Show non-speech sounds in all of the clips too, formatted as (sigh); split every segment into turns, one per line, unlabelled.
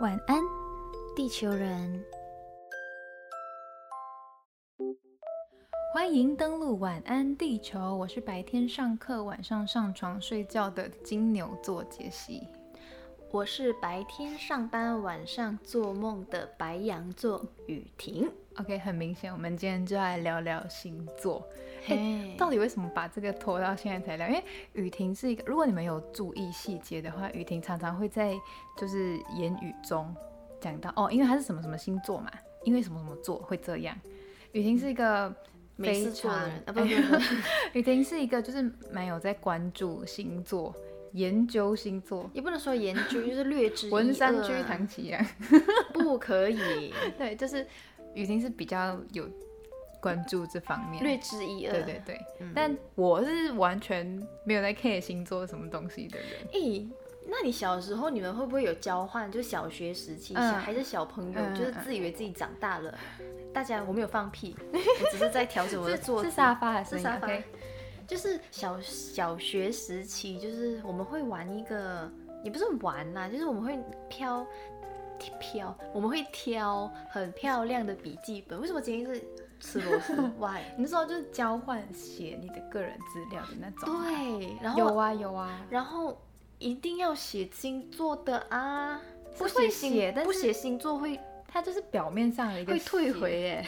晚安，地球人。欢迎登录晚安地球，我是白天上课、晚上上床睡觉的金牛座杰西。
我是白天上班、晚上做梦的白羊座雨婷。
OK，很明显，我们今天就来聊聊星座。哎、
嘿
到底为什么把这个拖到现在才聊？因为雨婷是一个，如果你们有注意细节的话，雨婷常常会在就是言语中讲到哦，因为她是什么什么星座嘛，因为什么什么座会这样。雨婷是一个
没
非
事做的
常
人 (laughs) 啊，不不不不，
(laughs) 雨婷是一个就是蛮有在关注星座、研究星座，
也不能说研究，就是略知一二
文山居唐奇啊。 (laughs)
不可以，
对，就是雨婷是比较有关注这方
(laughs)
面。
略知一二。
对嗯对对，但我是完全没有在 care 星座什么东西的人。
诶、那你小时候你们会不会有交换？就小学时期，
嗯
小还是小朋友，
嗯
就是自以为自己长大了。大家，我没有放屁，我只是在调整我的
(laughs) 是
坐姿。
是沙发还是
是沙发
OK，
就是小小学时期，就是我们会玩一个，也不是玩啦，就是我们会挑挑，我们会挑很漂亮的笔记本。为什么今天是吃螺 (laughs) 丝？Why？
你那时候就是交换写你的个人资料的那种吗。
对，然后
有啊有啊，
然后一定要写星座的啊，不
是会
写星
写但
不
是
写星座会
它就是表面上的一个
会退
写
回，耶。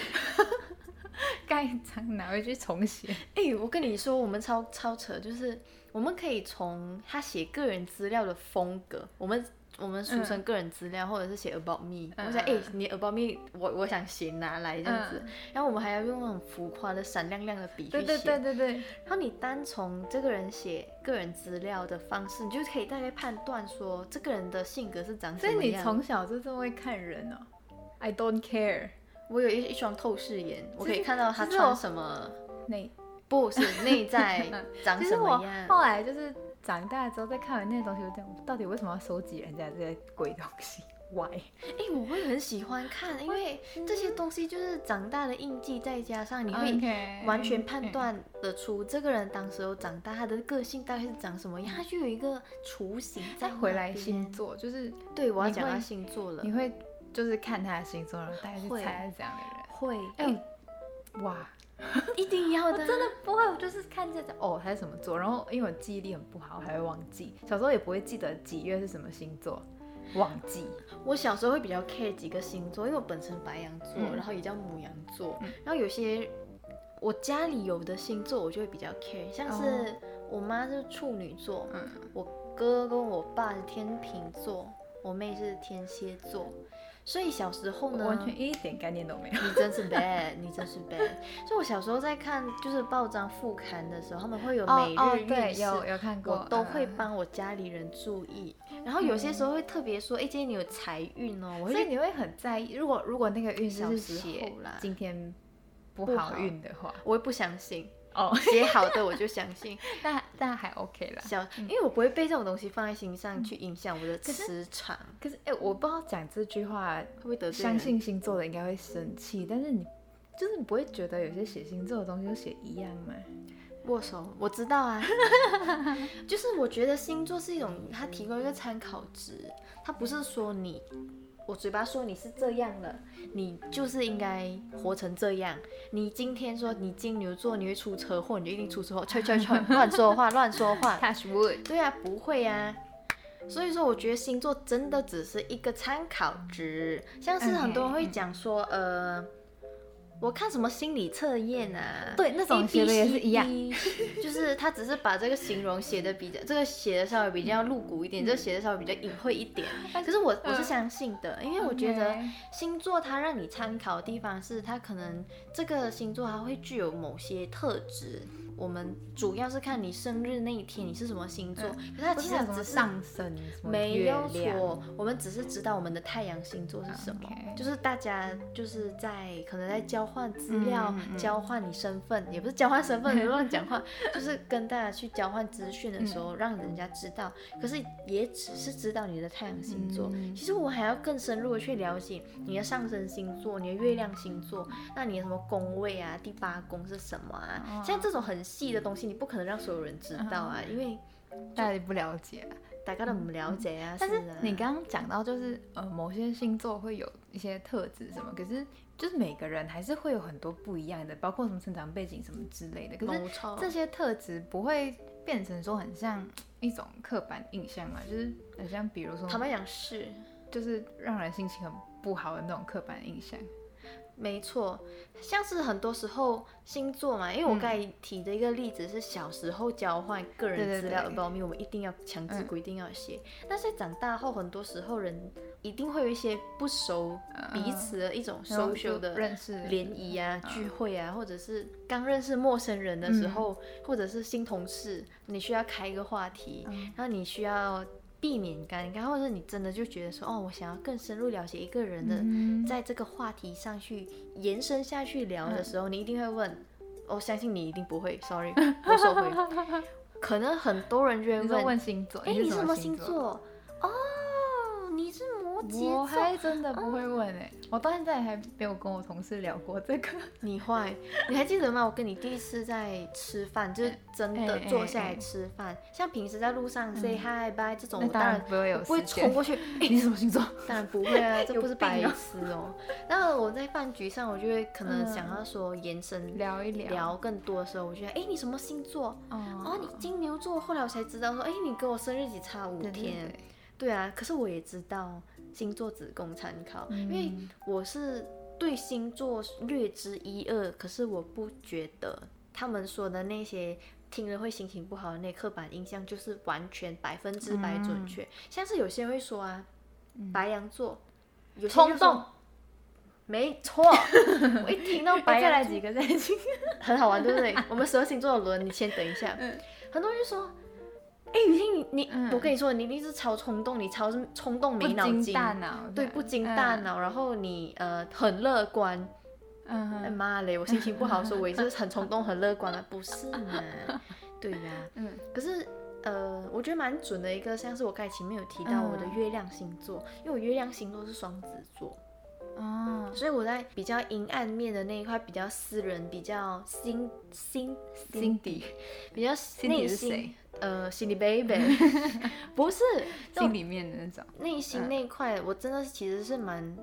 盖章拿回去重写。
哎、我跟你说，我们超超扯，就是我们可以从他写个人资料的风格，我们我们俗称个人资料，或者是写 about me、
嗯
我想，哎、
嗯
你 about me，我我想写拿来这样子。
嗯
然后我们还要用那种浮夸的、闪亮亮的笔去写。
对对对对对，
然后你单从这个人写个人资料的方式，你就可以大概判断说这个人的性格是长什
所以
么
你
样。
从小就这么会看人哦。I don't care，
我有一一双透视眼，我可以看到他
其实我
穿什么，
那
不是内
(laughs)
在长
其
什
实我
么样。
后来就是长大之后再看完那些东西，我就讲到底为什么要收集人家这些鬼东西？Why？
哎、我会很喜欢看，
哦
因为这些东西就是长大的印记，再加上你会
嗯
嗯
OK，嗯
完全判断得出这个人当时候长大他的个性大概是长什么样，他就有一个雏形在
再
那
回来
边
星。座，就是
对，我要
你
讲
会
到星座了
你。会就是看他的星座，然后大概去
会
猜他是怎样的人。
会，
哎、
哎、
哇，
一定要的。
哦真的不会，我就是看这种哦，他是什么座，然后因为我记忆力很不好，还会忘记。小时候也不会记得几月是什么星座，忘记。
我小时候会比较 care 几个星座，因为我本身白羊座，
嗯
然后也叫母羊座，
嗯
然后有些我家里有的星座我就会比较 care，像是
哦
我妈是处女座，
嗯
我哥跟我爸是天秤座，我妹是天蝎座，所以小时候
我
呢，
完全一点概念都没有。
你真是 bad，你真是 bad。所以我小时候在看就是报章副刊的时候，他们会有每
哦
日运势，
对，有有看过，
我都会
嗯。
帮我家里人注意，然后有些时候会特别说，哎、今天你有财运哦，我会
所以
去
你会很在意，如果如果那个运势
小
是
时
写
候啦
今天不
不
好
好
运的话，
我会不相信， (laughs)
哦，
写好的我就相
(laughs)
信。
但但还 OK 啦。
小，因为我不会被这种东西放在心上去影响我的磁场，
嗯可是哎、我不知道讲这句话
会不会得罪
相
人？
信星座的应该会生气，但是你就是你不会觉得有些写星座的东西都写一样吗？
握手，我知道啊， (laughs) 就是我觉得星座是一种，它提供一个参考值，它不是说你，我嘴巴说你是这样了，你就是应该活成这样。你今天说你金牛座你会出车祸，你就一定出车祸，吹吹吹，乱说话，乱说话。
Touch wood，
对啊，不会啊。所以说，我觉得星座真的只是一个参考值，像是很多人
嗯
会讲说，呃，我看什么心理测验啊，
对那种写的也是一样
A，B，C，D，就是他只是把这个形容写的比较，这个写的稍微比较露骨一点，这个写的稍微比较隐晦一点。
嗯
可是我我是相信的，因为我觉得
OK
星座它让你参考的地方是，它可能这个星座它会具有某些特质。我们主要是看你生日那一天你是什么星座，可是它
不
其
嗯是
实
有什么
只是
上升，什么
没
月
有
亮啊
错，我们只是知道我们的太阳星座是什么
OK
就是大家就是在可能在交换资料、
嗯嗯嗯
交换你身份，也不是交换身
(laughs)
份，别乱讲话，就是跟大家去交换资讯的时
嗯
候，让人家知道。可是也只是知道你的太阳星座，
嗯
其实我还要更深入的去了解你的上升星座、你的月亮星座，那你的什么宫位啊、第八宫是什么
哦嗯
啊？像这种很细的东西，你不可能让所有人知道啊，因为。
大家也不了解啊。
大家都唔了解啊。
嗯但是
啊
你刚刚讲到，就是呃，某些星座会有一些特质什么，可是就是每个人还是会有很多不一样的，包括什么成长背景什么之类的。可是
冇错，
这些特质不会变成说很像一种刻板印象嘛，就是很像比如说，
坦白讲是
就是让人心情很不好的那种刻板印象。
没错，像是很多时候星座嘛，因
嗯
为我刚才提的一个例子是小时候交换个
对对
人资料的
对
保密，我们一定要强制
嗯
规定要写。但是长大后，很多时候人一定会有一些不熟
嗯
彼此的一种
然后
social
就
的
嗯认识
联谊啊、
嗯
聚会啊，或者是刚认识陌生人的时候，或者是新同事，你需要开一个话题，
嗯
然后你需要避免尴尬，或者你真的就觉得说，哦，我想要更深入了解一个人的，
嗯
在这个话题上去延伸下去聊的时候，你一定会问，我、相信你一定不会，sorry，我收回。 (laughs) 可能很多人就会
你说
问，
问星座，
哎，你
是
什么星？
星
座？哦，你是摩
我
羯座。
还真的不
啊
会问哎、我到现在还没有跟我同事聊过这个。
你坏，你还记得吗？我跟你第一次在吃饭，就是真的
哎哎
坐下来
哎嗯
吃饭，像平时在路上 say hi bye 这种，
那
我当
当然
然
不会有
我不会
时间
冲过去，哎
(laughs) 你什么星座？
当然不会啊，这不是
有病
白
哦
痴哦。那我在饭局上，我就会可能
嗯
想要说延伸
聊一聊嗯
聊更多的时候，我觉得，哎，你什么星座？哦，你金牛座。后来我才知道说，哎，你跟我生日只差五
嗯对对
天。
对
对啊，可是我也知道星座只供参考，
嗯
因为我是对星座略知一二，可是我不觉得他们说的那些听了会心情不好的那刻板印象就是完全百分之百准
嗯
确。像是有些人会说啊，白羊座有些人就
冲动
说，没错，我一听到白
(laughs) 哎再
羊
来
座
几个
(laughs)
再来几个。
很好玩，对不
(laughs)
对？我们十二星座的轮，你先等一下。很多人就说：“哎，雨欣，你你，
嗯
我跟你说，你一定是超冲动，你超冲动没脑
不嗯
筋
经，大脑，
对，不经大。脑，然后你呃很乐观。
嗯
哎
嗯
妈嘞，我心情不好的时候，我也是很冲动、很乐观
(laughs)
的，不是嘛？对呀、
嗯
可是呃，我觉得蛮准的一个，像是我刚才前面有提到
嗯
我的月亮星座，因为我月亮星座是双子座，
嗯啊，
所以我在比较阴暗面的那一块比较私人，比较心心
心底
比较
心
内
底是
心，
谁？
呃，心理
(laughs)
baby，不是那
心
种
里面的那种，
内
嗯
心那一块，我真的是其实是蛮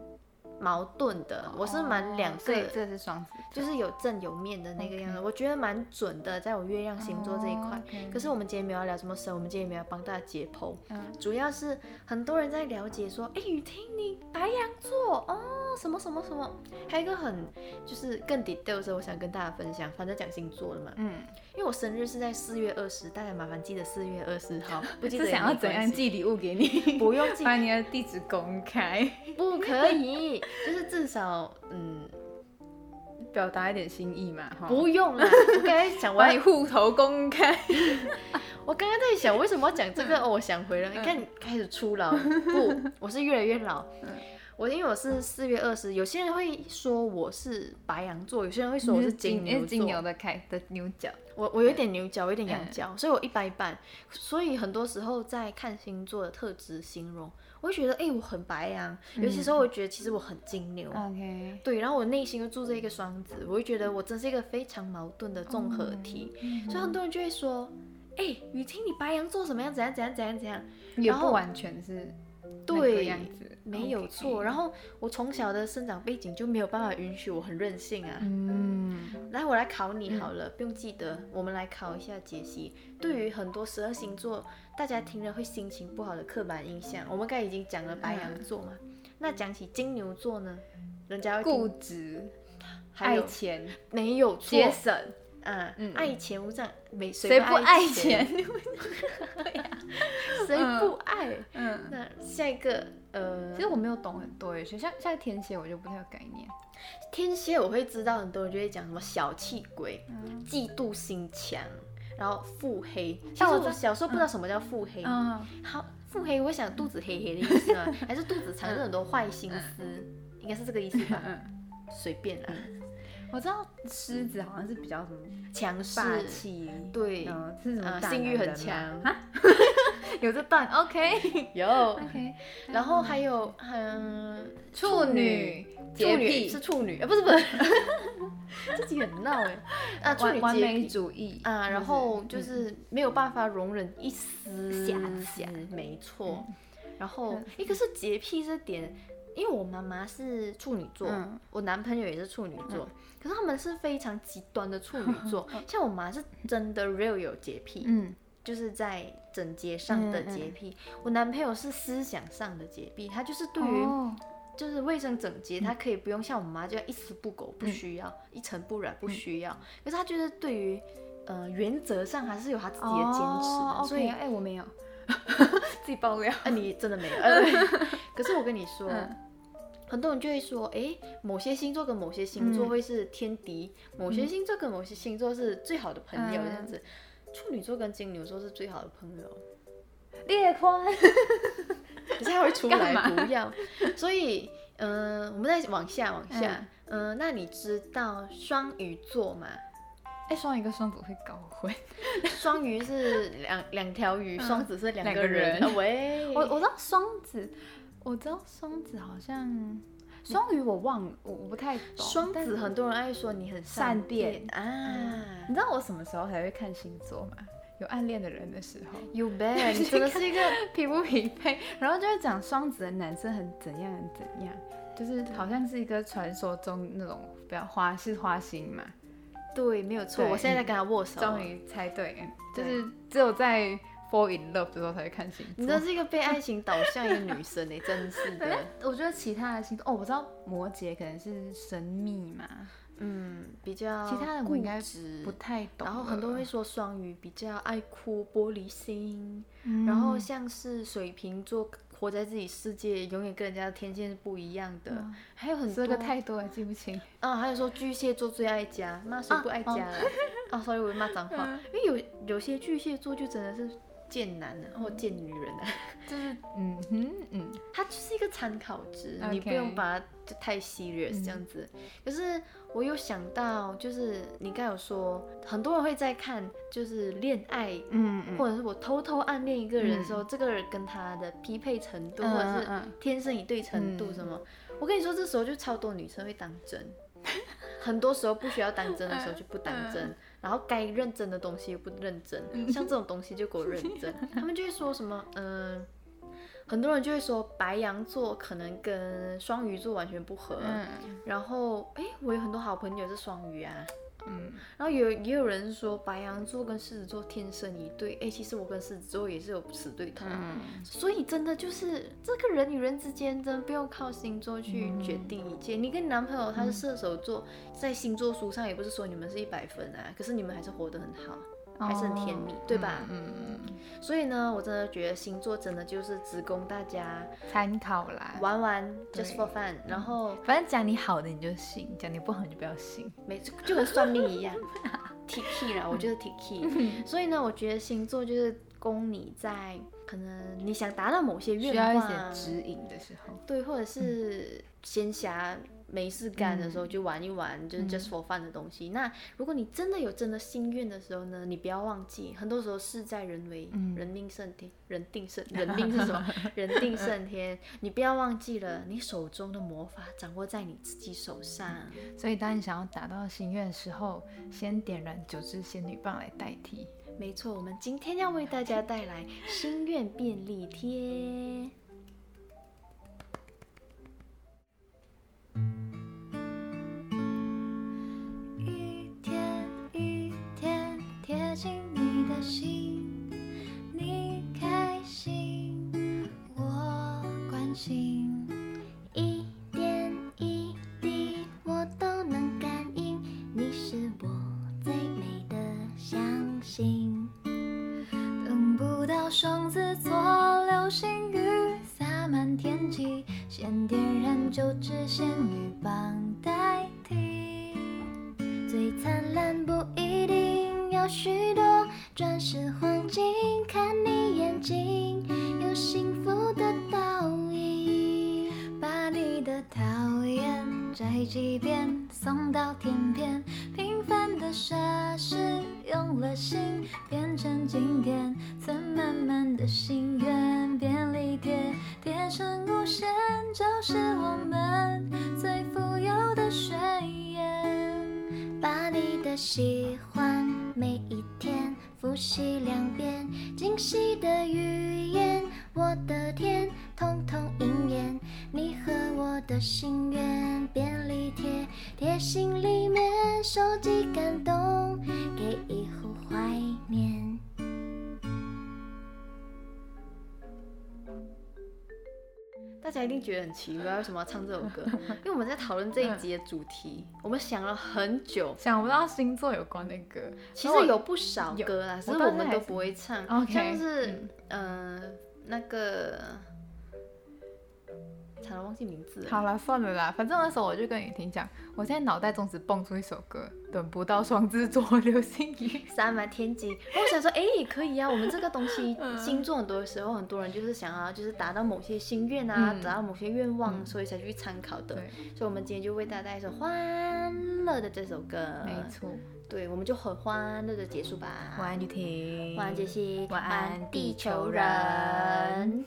矛盾的，我是蛮两
所以
个，
哦这是双子，
哦就是有正有面的那个样子，我觉得蛮准的，在我月亮星座这一块
哦。，OK
可是我们今天没有要聊什么神，我们今天没有要帮大家解剖，
嗯
主要是很多人在了解说，哎，雨婷你白羊座哦，什么什么什么，还有一个很就是更 detail 的时候，我想跟大家分享，反正讲星座了嘛，
嗯，
因为我生日是在四月二十，大家麻烦记得四月二十号，不记得
是
也没
想
关
要
系
怎样？寄礼物给你？ (laughs)
不用记，
把你的地址公开，
不可以，就是至少嗯，
表达一点心意嘛，哈。
不用啦。我刚才想
把你
完，
户头公开，
我刚刚在想为什么要讲这个，
嗯
哦，我想回来，你看你开始初老，
(laughs)
不，我是越来越老。
嗯
我因为我是四月二十，有些人会说我是白羊座，有些人会说我是金牛
你
座。
是 (laughs) 金牛的开的牛角，
我我有一点牛角，有一点羊
嗯
角，所以我一般一般。所以很多时候在看星座的特质形容，我会觉得，哎、我很白羊。有些时
嗯
候我会觉得，其实我很金牛。
OK，
对，然后我内心又住着一个双子，我会觉得我真是一个非常矛盾的综
哦
合体。
嗯
所以很多人就会说，哎、雨婷，你白羊座什么样？怎样？怎样？怎样？怎样？
也
然后
不完全是那个
对
样子，
没有错。
OK
然后我从小的生长背景就没有办法允许我很任性啊。
嗯，嗯
来，我来考你好了，不用记得，我们来考一下解析。对于很多十二星座，大家听了会心情不好的刻板印象，我们刚才已经讲了白羊座嘛，
嗯
那讲起金牛座呢，人家会
固
听
执、
还
爱
有
钱、
没有错
节省，
啊，
嗯
爱钱无障，没
谁
不
不爱
钱，
钱？
(laughs)
(laughs)
谁不爱？
嗯，
那下一个呃
(laughs) 其，实我没有懂很多耶，像像天蝎我就不太有概念。
天蝎我会知道很多人就会讲什么小气鬼、
嗯
嫉妒心强，然后腹黑。
像
像
我
我小时候不知道什么叫腹黑，
嗯，
好，腹黑，我想肚子黑黑的意思啊，还是肚子藏着很多坏心思，应该是这个意思吧？
嗯
随便啦，
(laughs) 我知道狮子好像是比较什么
强势，
霸气，
对，
嗯，是什么
呃
大
性欲
男
很
人嘛
强哦
啊？有这段 OK
有。
OK，
(laughs) 然后还有嗯，
处女
处
洁
女
癖
是处女，呃，不是不是， (laughs) 自己很闹哎，啊，处
完
女
完
洁
美
癖
主义
啊，然后就
嗯
是没有办法容忍一丝
瑕疵，
没错。然后
嗯，
一个是洁癖这点，因为我妈妈是处女座，
嗯
我男朋友也是处女座，可是他们是非常极端的处女座，像我妈是真的 real 有洁癖，
嗯
就是在整洁上的洁癖，我男朋友是思想上的洁癖，他就是对于
哦
就是卫生整洁，
嗯
他可以不用像我妈这样一丝不苟，不需要、一尘不
嗯
染，不需要。可是他就是对于呃原则上还是有他自己的坚持的，
哦
所以
OK，哎、我没有， (laughs) 自己爆料。
啊你真的
(laughs)
没有。呃可是我跟你说。
嗯
很多人就会说，诶，某些星座跟某些星座
嗯
会是天敌，某些星座跟某些星座是最好的朋友，
嗯
这样子。处女座跟金牛座是最好的朋友，
裂宽，
可是他会出
干
来
嘛
不
(laughs)
要。所以，嗯、我们再往下往下
嗯，
嗯、那你知道双鱼座吗？
哎、双鱼跟双子会搞混。
双鱼是两 (laughs) 两条鱼，
嗯
双子是两
两
个
个
人。啊
人
喂，
我我知道双子，我知道双子好像双鱼我忘了，我我不太懂。
双
但
子很多人爱说你很善变
善变嗯
啊
你知道我什么时候才会看星座吗？有暗恋的人
(laughs)
的时候，
，You
(laughs)
bet，你真哎的是一个
疲不疲惫，然后就会讲双子的男生很怎样很怎样，就是好像是一个传说中那种比较花是花心嘛。
对，没有错。
对
我现在在跟他握手，
终。于猜对，嗯就
对
是只有在 fall in love 的时候才会看星
你
座。
真是一个被爱情导向的女生哎、真是
(laughs) 对
的，，
我觉得其他的星座，哦，我知道摩羯可能是神秘嘛，
嗯，比较
其他的我应该
固执
不太懂
然
了。
后很多人会说双鱼比较爱哭、玻璃心，
嗯，
然后像是水瓶座活在自己世界，永远跟人家的天线是不一样的。
嗯
还有很多
这个太多了，记不清。
啊，还有说巨蟹座最爱家，骂谁
啊
不爱家
哦嗯
了？啊所以我会骂脏话，因为有有些巨蟹座就真的是贱男人
嗯
或贱女人啊， (laughs)
就是嗯哼嗯，
他就是一个参考值，你不用
OK
把它就太 serious
嗯
这样子。可是我有想到，就是你刚有说，很多人会在看就是恋爱
嗯嗯
或者是我偷偷暗恋一个人的时候，这个人跟他的匹配程度，
嗯
或者
嗯嗯
是天生一对程度什么，我跟你说，这时候就超多女生会当真， (laughs) 很多时候不需要当真的
(laughs) 嗯
时候就不当真，然后该认真的东西又不认真，
嗯
像这种东西就给我认
(laughs)
真，他们就会说什么，嗯、很多人就会说白羊座可能跟双鱼座完全不合，
嗯
然后诶，我有很多好朋友是双鱼啊，
嗯，
然后有也有人说白羊座跟狮子座天生一对，哎，其实我跟狮子座也是有死对头，
嗯
所以真的就是这个人与人之间真的不用靠星座去决
嗯
定一切。你跟你男朋友他是射手座，在星座书上也不是说你们是一百分啊，可是你们还是活得很好，还是很甜蜜，对吧？
哦嗯，嗯
所以呢，我真的觉得星座真的就是只供大家
参考啦。
玩玩，just
对
for fun，然后
反正讲你好的你就信，讲你不好你就不要信。
没就就跟算命 (laughs) 一样嗯，T K 啦，我就是 T K。所以呢，我觉得星座就是供你在可能你想达到某些愿
需要一
望
些
啊，
指引的时候，
对，或者是闲暇没事干的时候就玩一玩，就是 just for fun 的东西。那如果你真的有真的心愿的时候呢，你不要忘记，很多时候事在人为，
嗯
人定胜天，人定胜，人定是什么？人定胜天。你不要忘记了，你手中的魔法掌握在你自己手上。
所以当你想要达到心愿的时候，先点燃九支仙女棒来代替。
没错，我们今天要为大家带来心愿便利贴。
一天一天贴近你的心，你开心，我关心，一点一滴我都能感应，你是我最美的相信。等不到双子座流星雨洒满天际，先点燃九支仙女棒代替。最灿烂不一定要许多钻石黄金，看你眼睛有幸福的倒影，把你的讨厌摘几遍送到天边，平凡的傻事用了心变成经典，存满满的心我的天，通通应验。你和我的心愿，便利贴贴心里面，收集感动，给以后怀念。
大家一定觉得很奇怪，为什么要唱这首歌？因为我们在讨论这一集的主题，我们想了很久。
想不到星座有关的歌，
其
然后
实
我
有不少
有
歌啦，只
我
是
到
我
现在
们
还
都
是
不会唱，
OK，
像是嗯、呃那个，惨了忘记名字了。
好了，算了啦，反正那时候我就跟雨婷讲，我现在脑袋中只蹦出一首歌，等不到双子座流星雨。
三嘛天机，然 (laughs) 后我想说，哎、也可以啊。我们这个东西
(laughs) 嗯，
星座很多时候，很多人就是想要就是达到某些心愿啊，
嗯
达到某些愿望，
嗯
所以才去参考的。
对，
所以，我们今天就为大家带来一首欢乐的这首歌。
没错。
对，我们就很欢乐的结束吧。
晚安，雨婷。
晚安，杰西。
晚安地球人。